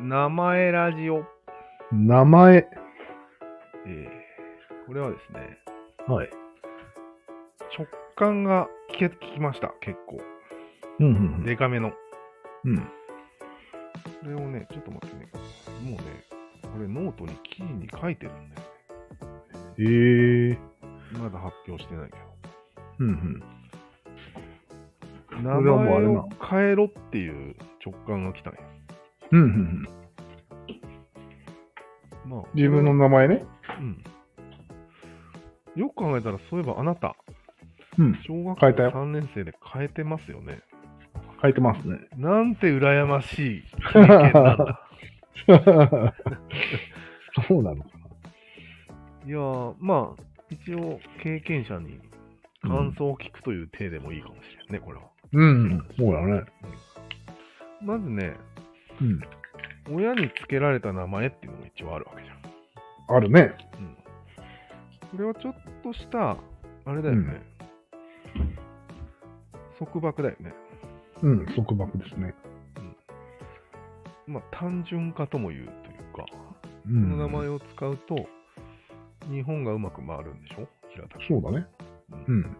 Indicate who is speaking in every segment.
Speaker 1: 名前ラジオ。
Speaker 2: 名前。
Speaker 1: えーこれはですね、
Speaker 2: はい。
Speaker 1: 直感が聞け聞きました、結構。
Speaker 2: うんうん
Speaker 1: デカめの。こ
Speaker 2: うん。うん。
Speaker 1: れをね、ちょっと待ってね。もうね、これノートに記事に書いてるんだよね。
Speaker 2: えー。
Speaker 1: まだ発表してないけど。
Speaker 2: うんうん。
Speaker 1: 名
Speaker 2: はもうあ
Speaker 1: 前
Speaker 2: れな
Speaker 1: を変えろっていう直感が来たんよ。
Speaker 2: うんうんうん。
Speaker 1: まあ、
Speaker 2: 自分の名前ね。
Speaker 1: うん。よく考えたら、そういえばあなた、
Speaker 2: うん。
Speaker 1: 小学校
Speaker 2: 変えたよ
Speaker 1: 3年生で変えてますよね。
Speaker 2: 書いてますね。
Speaker 1: なんて羨ましい経験なんだ。
Speaker 2: そうなのか
Speaker 1: いやー、まあ、一応、経験者に
Speaker 2: な。
Speaker 1: 感想を聞くという体でもいいかもしれないね、これは。
Speaker 2: うん。そうだね。
Speaker 1: まずね、
Speaker 2: うん。
Speaker 1: 親に付けられた名前っていうのも一応あるわけじゃん。
Speaker 2: あるね。
Speaker 1: うん。これはちょっとした、あれだよね。束縛だよね。
Speaker 2: うん。束縛ですね。
Speaker 1: まあ、単純化とも言うというか、
Speaker 2: う
Speaker 1: そ
Speaker 2: ん。
Speaker 1: の名前を使うと、日本がうまく回るんでしょ平たく。
Speaker 2: そうだね。
Speaker 1: う
Speaker 2: うんん。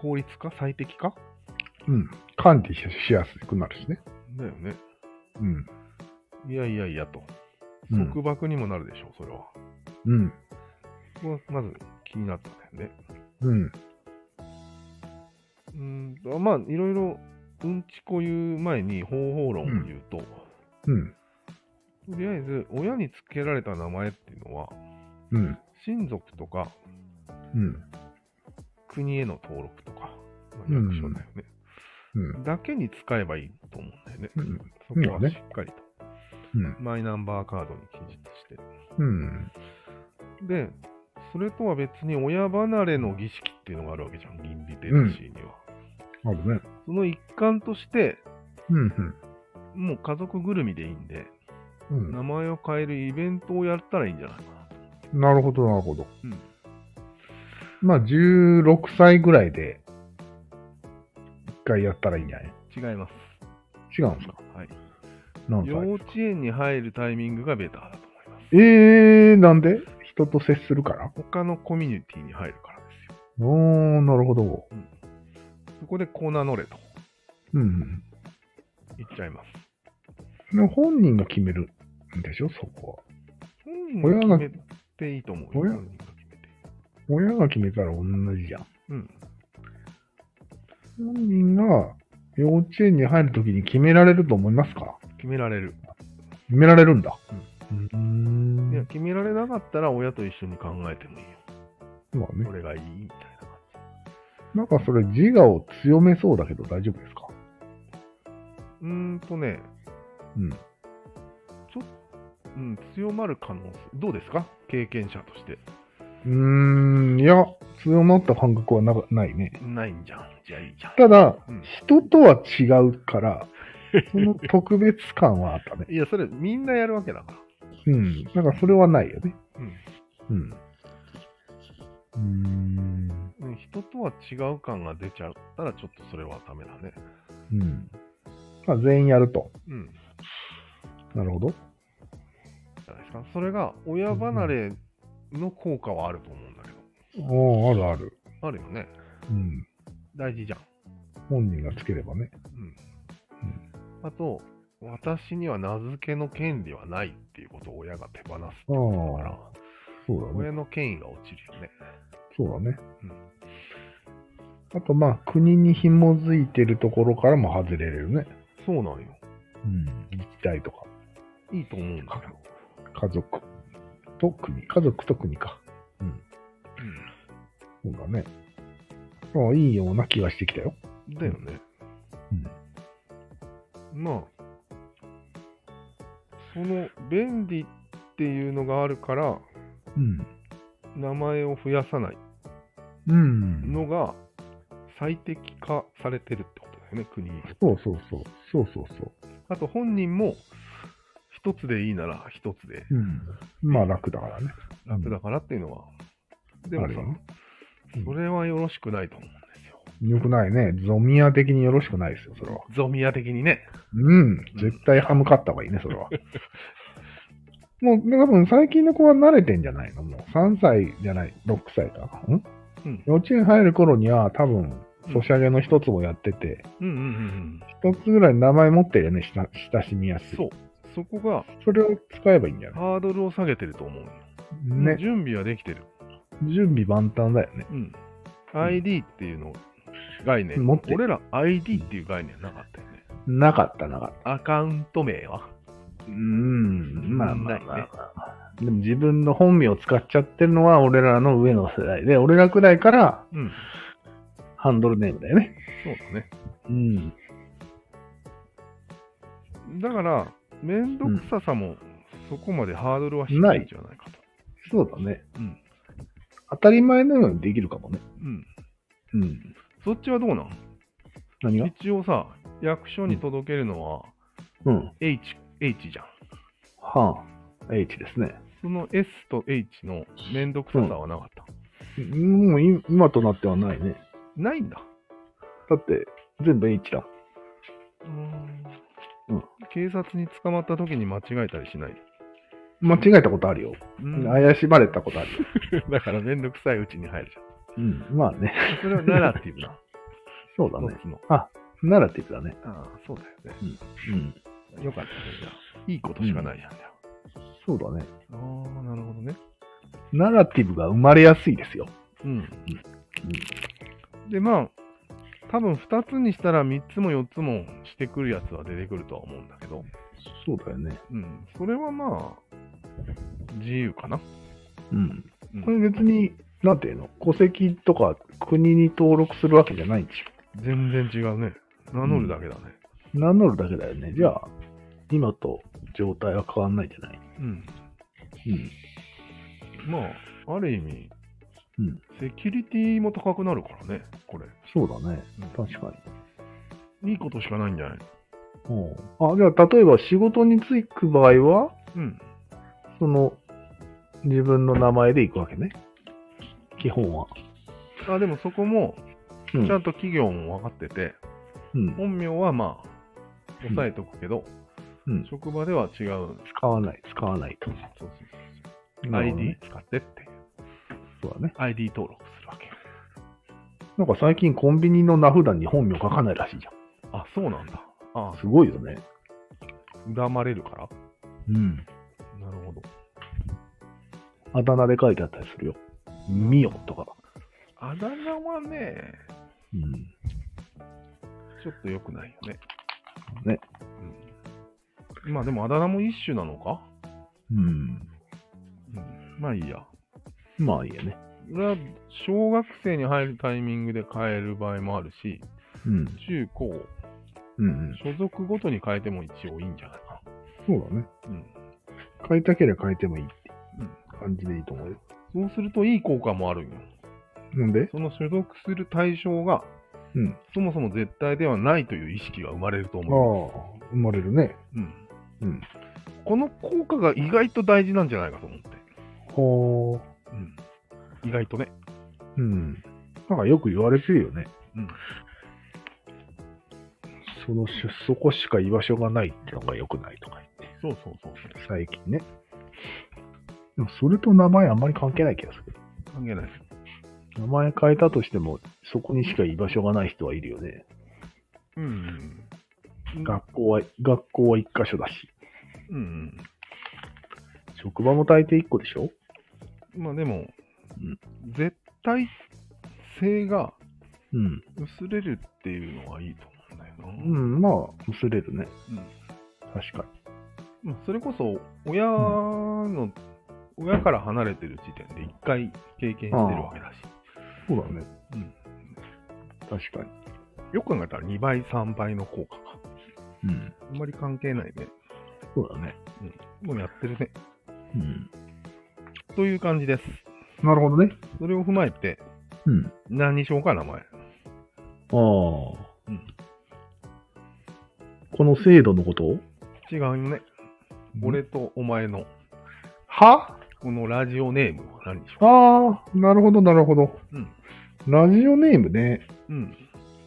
Speaker 1: 効率化最適化
Speaker 2: うん。管理ししやすくなるしね。
Speaker 1: だよね。
Speaker 2: うん。
Speaker 1: いやいやいやと。
Speaker 2: うん
Speaker 1: 束縛にもなるでしょう、それは。
Speaker 2: うん。
Speaker 1: ここがまず気になったんだよね。
Speaker 2: うん。
Speaker 1: うーんと、まあ、いろいろ、うんちこ言う前に方法論を言うと、
Speaker 2: うん。
Speaker 1: とりあえず、親に付けられた名前っていうのは、
Speaker 2: うん。
Speaker 1: 親族とか
Speaker 2: うん。
Speaker 1: 国への登録とか、まあ役所だよね、
Speaker 2: うん。
Speaker 1: だけに使えばいいと思うんだよね。
Speaker 2: うん。
Speaker 1: そこは
Speaker 2: うん
Speaker 1: しっかりと。
Speaker 2: うん。
Speaker 1: マイナンバーカードに記述して。
Speaker 2: うん。
Speaker 1: で、それとは別に親離れの儀式っていうのがあるわけじゃん、銀リテラシーには。
Speaker 2: あるね。
Speaker 1: その一環として、
Speaker 2: うん。うん。
Speaker 1: もう家族ぐるみでいいんで、
Speaker 2: うん。
Speaker 1: 名前を変えるイベントをやったらいいんじゃないかなと。
Speaker 2: なるほど、なるほど。
Speaker 1: うん
Speaker 2: まあ、16歳ぐらいで、一回やったらいいんじゃない
Speaker 1: 違います。
Speaker 2: 違うんですか
Speaker 1: はい、
Speaker 2: 何
Speaker 1: 幼
Speaker 2: 歳
Speaker 1: 稚園に入るタイミングがベターだと思います。
Speaker 2: えー、なんで人と接するから
Speaker 1: 他のコミュニティに入るからですよ。
Speaker 2: おー、なるほど。
Speaker 1: そこでこう名乗れと
Speaker 2: うん
Speaker 1: 言っちゃいます。
Speaker 2: うん。でも本人が決めるんでしょ、そこは。
Speaker 1: 本人が決めていいと思うよ。
Speaker 2: 親が
Speaker 1: 本人が決めて。
Speaker 2: 親が決めたら同じじゃん。
Speaker 1: うん。
Speaker 2: 本人が幼稚園に入るときに決められると思いますか
Speaker 1: 決められる。
Speaker 2: 決められるんだ。うん
Speaker 1: いや、決められなかったら親と一緒に考えてもいいよ。
Speaker 2: まあね
Speaker 1: そ。れがいいみたいな感じ。
Speaker 2: なんかそれ自我を強めそうだけど大丈夫ですか
Speaker 1: うーんとね、
Speaker 2: うん。
Speaker 1: うん、強まる可能性、どうですか経験者として。
Speaker 2: うーん、いや、強まった感覚はなかないね。
Speaker 1: ないんじゃん。じゃあいいじゃん。
Speaker 2: ただ、
Speaker 1: うん
Speaker 2: 人とは違う から、その特別感はあったね。
Speaker 1: いや、それみんなやるわけだから。
Speaker 2: うん。だからそれはないよね。
Speaker 1: うん
Speaker 2: うん。うーん。
Speaker 1: うん、人とは違う感が出ちゃったら、ちょっとそれはダメだね。
Speaker 2: うん。まあ、全員やると。
Speaker 1: うん。じ
Speaker 2: なるほど。
Speaker 1: ゃないですか。それが、親離れの効果はあると思うんだけど。
Speaker 2: おー、あるある。
Speaker 1: あるよね。
Speaker 2: うん。
Speaker 1: 大事じゃん。
Speaker 2: 本人がつければね。
Speaker 1: うん。あと、私には名付けの権利はないっていうことを親が手放すってことだか
Speaker 2: あ
Speaker 1: ら、
Speaker 2: そうだね。
Speaker 1: 親の権威が落ちるよね。
Speaker 2: そうだね。
Speaker 1: うん
Speaker 2: あと、まあ、国に紐づいてるところからも外れれるね。
Speaker 1: そうなんよ。
Speaker 2: うん。自治体とか。
Speaker 1: いいと思うんだけど。
Speaker 2: 家族と国。家族と国か。そうだね。ああいいような気がしてきたよ。
Speaker 1: うん、だよね。まあ、その便利っていうのがあるから、
Speaker 2: うん。
Speaker 1: 名前を増やさない
Speaker 2: うん。
Speaker 1: のが最適化されてるってことだよね、国に。
Speaker 2: そうそうそう。そうそうそ
Speaker 1: あと本人も、一つでいいなら一つで
Speaker 2: う。うん。まあ楽だからね。
Speaker 1: 楽だからっていうのは。で
Speaker 2: あ
Speaker 1: も
Speaker 2: る
Speaker 1: さ
Speaker 2: よね。、
Speaker 1: それはよろしくないと思うんですよ。
Speaker 2: う良くないね。ゾミア的によろしくないですよ、それは。
Speaker 1: ゾミア的にね。
Speaker 2: うん。絶対歯向かった方がいいね、そ れは。もう、多分最近の子は慣れてんじゃないのもう3歳じゃない、6歳か。ん
Speaker 1: うん。
Speaker 2: 幼稚園入る頃には多分、ソシャゲの一つをやってて、
Speaker 1: うんうんうん
Speaker 2: 一つぐらい名前持ってるよね、親親しみやす
Speaker 1: うん。
Speaker 2: い。
Speaker 1: そう。そこが
Speaker 2: それを使えばいいんじゃない
Speaker 1: ハードルを下げてると思うよ。
Speaker 2: ね。
Speaker 1: 準備はできてる。
Speaker 2: 準備万端だよね。
Speaker 1: うん。ID っていうの、概念。
Speaker 2: 持ってる
Speaker 1: 俺ら ID っていう概念なかったよね。
Speaker 2: なかった、なかった。
Speaker 1: アカウント名は
Speaker 2: うーん、まあまあまあ、
Speaker 1: ないね
Speaker 2: まあでも自分の本名を使っちゃってるのは俺らの上の世代で、俺らくらいから
Speaker 1: うん。
Speaker 2: ハンドルネームだよね。
Speaker 1: そうだね。
Speaker 2: うん。
Speaker 1: だから、めんどくささも、そこまでハードルは低いんじゃないかと。
Speaker 2: そうだね。
Speaker 1: うん。
Speaker 2: 当たり前のようにできるかもね。
Speaker 1: うん。
Speaker 2: うん。
Speaker 1: そっちはどうなん
Speaker 2: 何が
Speaker 1: 一応さ、役所に届けるのは
Speaker 2: うん。
Speaker 1: H、H じゃん。
Speaker 2: はあ。H ですね。
Speaker 1: その S と H のめんどくささはなかった。
Speaker 2: うんもうい今となってはないね。
Speaker 1: ないんだ。
Speaker 2: だって、全部 H だもん。うん
Speaker 1: 警察に捕まった時に間違えたりしない。
Speaker 2: 間違えたことあるよ。
Speaker 1: うん
Speaker 2: 怪しまれたことあるよ。
Speaker 1: だからめんどくさいうちに入るじ
Speaker 2: うん。まあね。
Speaker 1: ゃん。 それはナラティブな。
Speaker 2: そうだ
Speaker 1: 一
Speaker 2: ね。
Speaker 1: つの。
Speaker 2: ナラティブだね。
Speaker 1: ああ、そうだよね。
Speaker 2: うん。
Speaker 1: よかったね、じゃあ。いいことしかないじゃん、じゃ
Speaker 2: そうだね。
Speaker 1: あ。ああ、なるほどね。
Speaker 2: ナラティブが生まれやすいですよ。
Speaker 1: うん。で、まあ、多分2つにしたら3つも4つもしてくるやつは出てくるとは思うんだけど、
Speaker 2: そうだよね。
Speaker 1: うん。それはまあ、自由かな。
Speaker 2: うん。
Speaker 1: うん
Speaker 2: これ別に、なんていうの戸籍とか国に登録するわけじゃないんでしょ。
Speaker 1: 全然違うね。名乗るだけだね。
Speaker 2: 名乗るだけだよね。じゃあ、今と状態は変わんないじゃない。
Speaker 1: うん。
Speaker 2: うん。
Speaker 1: まあ、ある意味、
Speaker 2: うん
Speaker 1: セキュリティも高くなるからね、これ。
Speaker 2: そうだね。
Speaker 1: う
Speaker 2: 確かに。
Speaker 1: ん、いいことしかないんじゃない
Speaker 2: うん。あ、じゃあ、例えば仕事に就く場合は、
Speaker 1: うん。
Speaker 2: その、自分の名前で行くわけね。基本は。
Speaker 1: あでもそこも、
Speaker 2: う
Speaker 1: ちゃ
Speaker 2: ん。
Speaker 1: んと企業も分かってて、
Speaker 2: うん、
Speaker 1: 本名はまあ、抑えとくけど、
Speaker 2: うん
Speaker 1: 職場では違う。
Speaker 2: 使わない、使わないと。
Speaker 1: そうそう
Speaker 2: なるほど
Speaker 1: ID
Speaker 2: ね
Speaker 1: 使ってっていう。
Speaker 2: そうだね。
Speaker 1: ID 登録するわけ。
Speaker 2: なんか最近コンビニの名札に本名書かないらしいじゃ
Speaker 1: あ、そうなんだ。あ
Speaker 2: ん。すごいよね。
Speaker 1: 恨まれるから。
Speaker 2: うん。
Speaker 1: なるほど。
Speaker 2: あだ名で書いてあったりするよ。ミオとか。
Speaker 1: あだ名はね、
Speaker 2: うん。
Speaker 1: ちょっと良くないよね。
Speaker 2: ね。
Speaker 1: うん、まあでもあだ名も一種なのか
Speaker 2: うん。
Speaker 1: うんまあいいや。
Speaker 2: まあいいよね。
Speaker 1: 俺は小学生に入るタイミングで変える場合もあるし、
Speaker 2: うん。
Speaker 1: 中高、
Speaker 2: うん、うん。
Speaker 1: 所属ごとに変えても一応いいんじゃないか
Speaker 2: そうだね。
Speaker 1: な。うん。
Speaker 2: 変えたければ変えてもいいって感じでいいと思うよ。
Speaker 1: そうするといい効果もあるんよ。
Speaker 2: なんで
Speaker 1: その所属する対象が、
Speaker 2: うん。
Speaker 1: そもそも絶対ではないという意識が生まれると
Speaker 2: ああ
Speaker 1: 思う。、
Speaker 2: 生まれるね。
Speaker 1: うん。
Speaker 2: うん。
Speaker 1: この効果が意外と大事なんじゃないかと思って。
Speaker 2: ほ
Speaker 1: うん。意外とね。
Speaker 2: う。うん。なんかよく言われてるよね。
Speaker 1: うん。
Speaker 2: そのし、そこしか居場所がないってのが良くないとか言って、
Speaker 1: そうそうそう。
Speaker 2: 最近ね。でもそれと名前あんまり関係ない気がする。
Speaker 1: 関係ない。
Speaker 2: 名前変えたとしても、そこにしか居場所がない人はいるよね。
Speaker 1: うん。
Speaker 2: 学校は、学校は一箇所だし、
Speaker 1: うん。
Speaker 2: 職場も大抵一個でしょ
Speaker 1: まあでも、
Speaker 2: うん
Speaker 1: 絶対性が
Speaker 2: うん。
Speaker 1: 薄れるっていうのはいいと思うんだ
Speaker 2: う
Speaker 1: よな。
Speaker 2: ん、まあ、薄れるね。
Speaker 1: うん
Speaker 2: 確か
Speaker 1: まあそれこそ、親の、親から離れてる時点で一回経験してるわけだし、
Speaker 2: に。そうだね。
Speaker 1: うん
Speaker 2: 確か
Speaker 1: よく考えたら2倍、3倍の効果か。
Speaker 2: に。うん。
Speaker 1: あんまり関係ないね。
Speaker 2: そうだね。
Speaker 1: もうやってるね。
Speaker 2: うん。
Speaker 1: という感じです。
Speaker 2: なるほどね。
Speaker 1: それを踏まえて、
Speaker 2: うん。
Speaker 1: 何にしようか、名前。
Speaker 2: ああ。
Speaker 1: うん
Speaker 2: この制度のことを
Speaker 1: 違うよね。俺とお前の、
Speaker 2: は
Speaker 1: このラジオネームは何にしよ
Speaker 2: ああ、なるほど、なるほど。
Speaker 1: うん
Speaker 2: ラジオネームね。
Speaker 1: う。うん。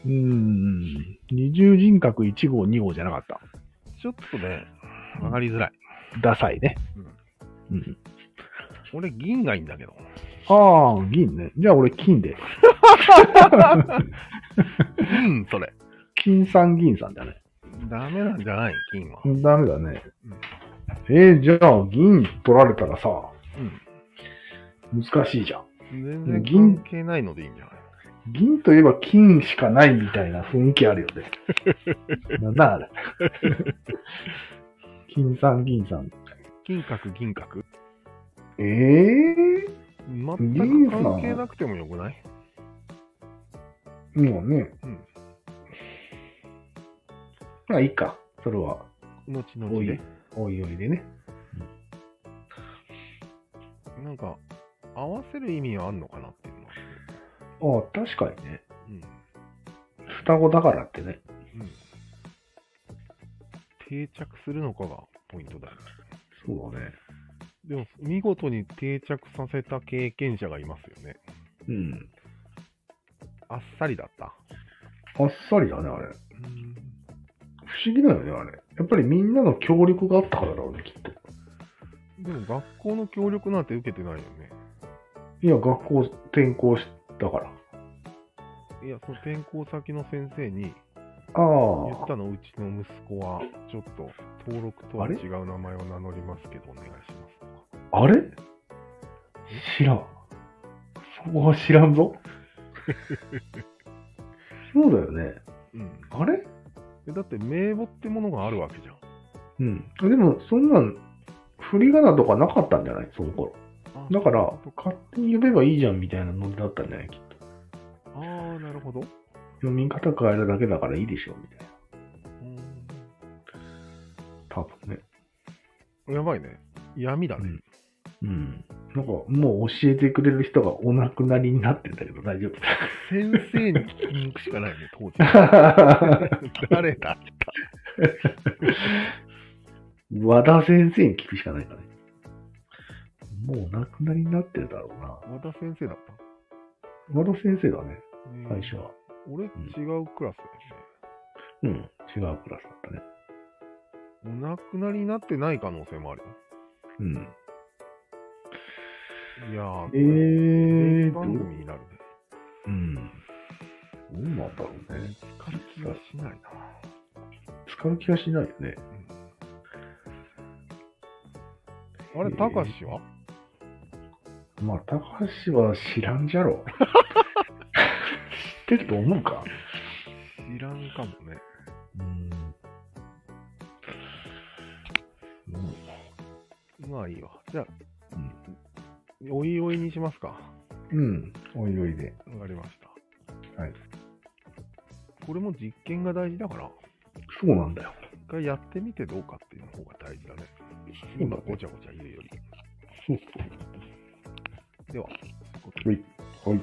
Speaker 2: うーん。二重人格1号、2号じゃなかった。
Speaker 1: ちょっとね、わかりづらい。
Speaker 2: ダサいね。うん。
Speaker 1: 俺、銀がいいんだけど。
Speaker 2: ああ、銀ね。じゃあ俺、金で。
Speaker 1: 銀、それ。
Speaker 2: 金さん、銀さんだね。
Speaker 1: ダメなんじゃない金は。
Speaker 2: ダメだね。えー、じゃあ、銀取られたらさ、
Speaker 1: うん
Speaker 2: 難しいじゃん。
Speaker 1: 全然
Speaker 2: 銀
Speaker 1: 関係ないのでいいんじゃない
Speaker 2: 銀といえば金しかないみたいな雰囲気あるよね。なんだあれ。金さん、銀さん。
Speaker 1: 金閣、銀閣
Speaker 2: ええ
Speaker 1: 全
Speaker 2: 銀
Speaker 1: く
Speaker 2: さん
Speaker 1: 関係なくてもよくない
Speaker 2: もうね。
Speaker 1: うん
Speaker 2: まあいいか。それは、
Speaker 1: 後々
Speaker 2: おい
Speaker 1: で。、
Speaker 2: おいおいでね。
Speaker 1: なんか、合わせる意味はあんのかなっていうのは。
Speaker 2: ああ、確かにね。
Speaker 1: うん。
Speaker 2: 双子だからってね。
Speaker 1: うん。定着するのかがポイントだよね。
Speaker 2: そうだね。
Speaker 1: でも、見事に定着させた経験者がいますよね。
Speaker 2: うん。
Speaker 1: あっさりだった。
Speaker 2: あっさりだね、あれ。
Speaker 1: うん。
Speaker 2: 不思議だよね、あれ。やっぱりみんなの協力があったからだろうね、きっと。
Speaker 1: でも、学校の協力なんて受けてないよね。
Speaker 2: いや、学校転校したから。
Speaker 1: いや、その転校先の先生に
Speaker 2: あ
Speaker 1: 言っ
Speaker 2: あ。
Speaker 1: たの、うちの息子は、ちょっと登録とは
Speaker 2: あれ
Speaker 1: 違う名前を名乗りますけど、お願いしますとか。
Speaker 2: あれ知らん。そこは知らんぞ。そうだよね。
Speaker 1: うん。
Speaker 2: あれ
Speaker 1: えだって名簿ってものがあるわけじゃん。
Speaker 2: うん。でも、そんなん、振り仮名とかなかったんじゃないその頃。
Speaker 1: あ
Speaker 2: だから
Speaker 1: そういう、ことか
Speaker 2: 勝手に呼べばいいじゃんみたいなノリだったんじゃないきっと。
Speaker 1: あー、なるほど。
Speaker 2: 読み方変えるだけだからいいでしょ、みたいな。
Speaker 1: う
Speaker 2: 多分ね。
Speaker 1: んやばいね。闇 だね。
Speaker 2: うん。なんか、もう教えてくれる人がお亡くなりになってんだけど、大丈夫。
Speaker 1: 先生に聞きに行くしかないね、当時。 誰だ
Speaker 2: 和田先生に聞くしかないかね。もうお亡くなりになってるだろうな。
Speaker 1: 和田先生だった。
Speaker 2: 和田先生だね、
Speaker 1: うん
Speaker 2: 最初は。
Speaker 1: 俺、違うクラスだよ
Speaker 2: うん、違うクラスだったね。
Speaker 1: ね。お亡くなりになってない可能性もあるよ。
Speaker 2: うん。
Speaker 1: いやー、
Speaker 2: えー
Speaker 1: これ番組になるね。
Speaker 2: うん。どうなんだろうね。
Speaker 1: 疲れ気がしないな。
Speaker 2: 使う気がしないよね。
Speaker 1: あれ、
Speaker 2: えー
Speaker 1: たかしは
Speaker 2: まあ、高橋は知らんじゃろ う。知ってると思うか。
Speaker 1: 知らんかもね。
Speaker 2: うん。うん
Speaker 1: まあいいわ。じゃあ、
Speaker 2: うん
Speaker 1: おいおいにしますか。わ
Speaker 2: うん、おいおいで。
Speaker 1: かりました。
Speaker 2: はい。
Speaker 1: これも実験が大事だから、
Speaker 2: そうなん だよ。
Speaker 1: 一回やってみてどうかっていうの方が大事だね。
Speaker 2: そう
Speaker 1: 今
Speaker 2: だね
Speaker 1: ごちゃごちゃ言うより。
Speaker 2: そう
Speaker 1: では、
Speaker 2: はい。はい。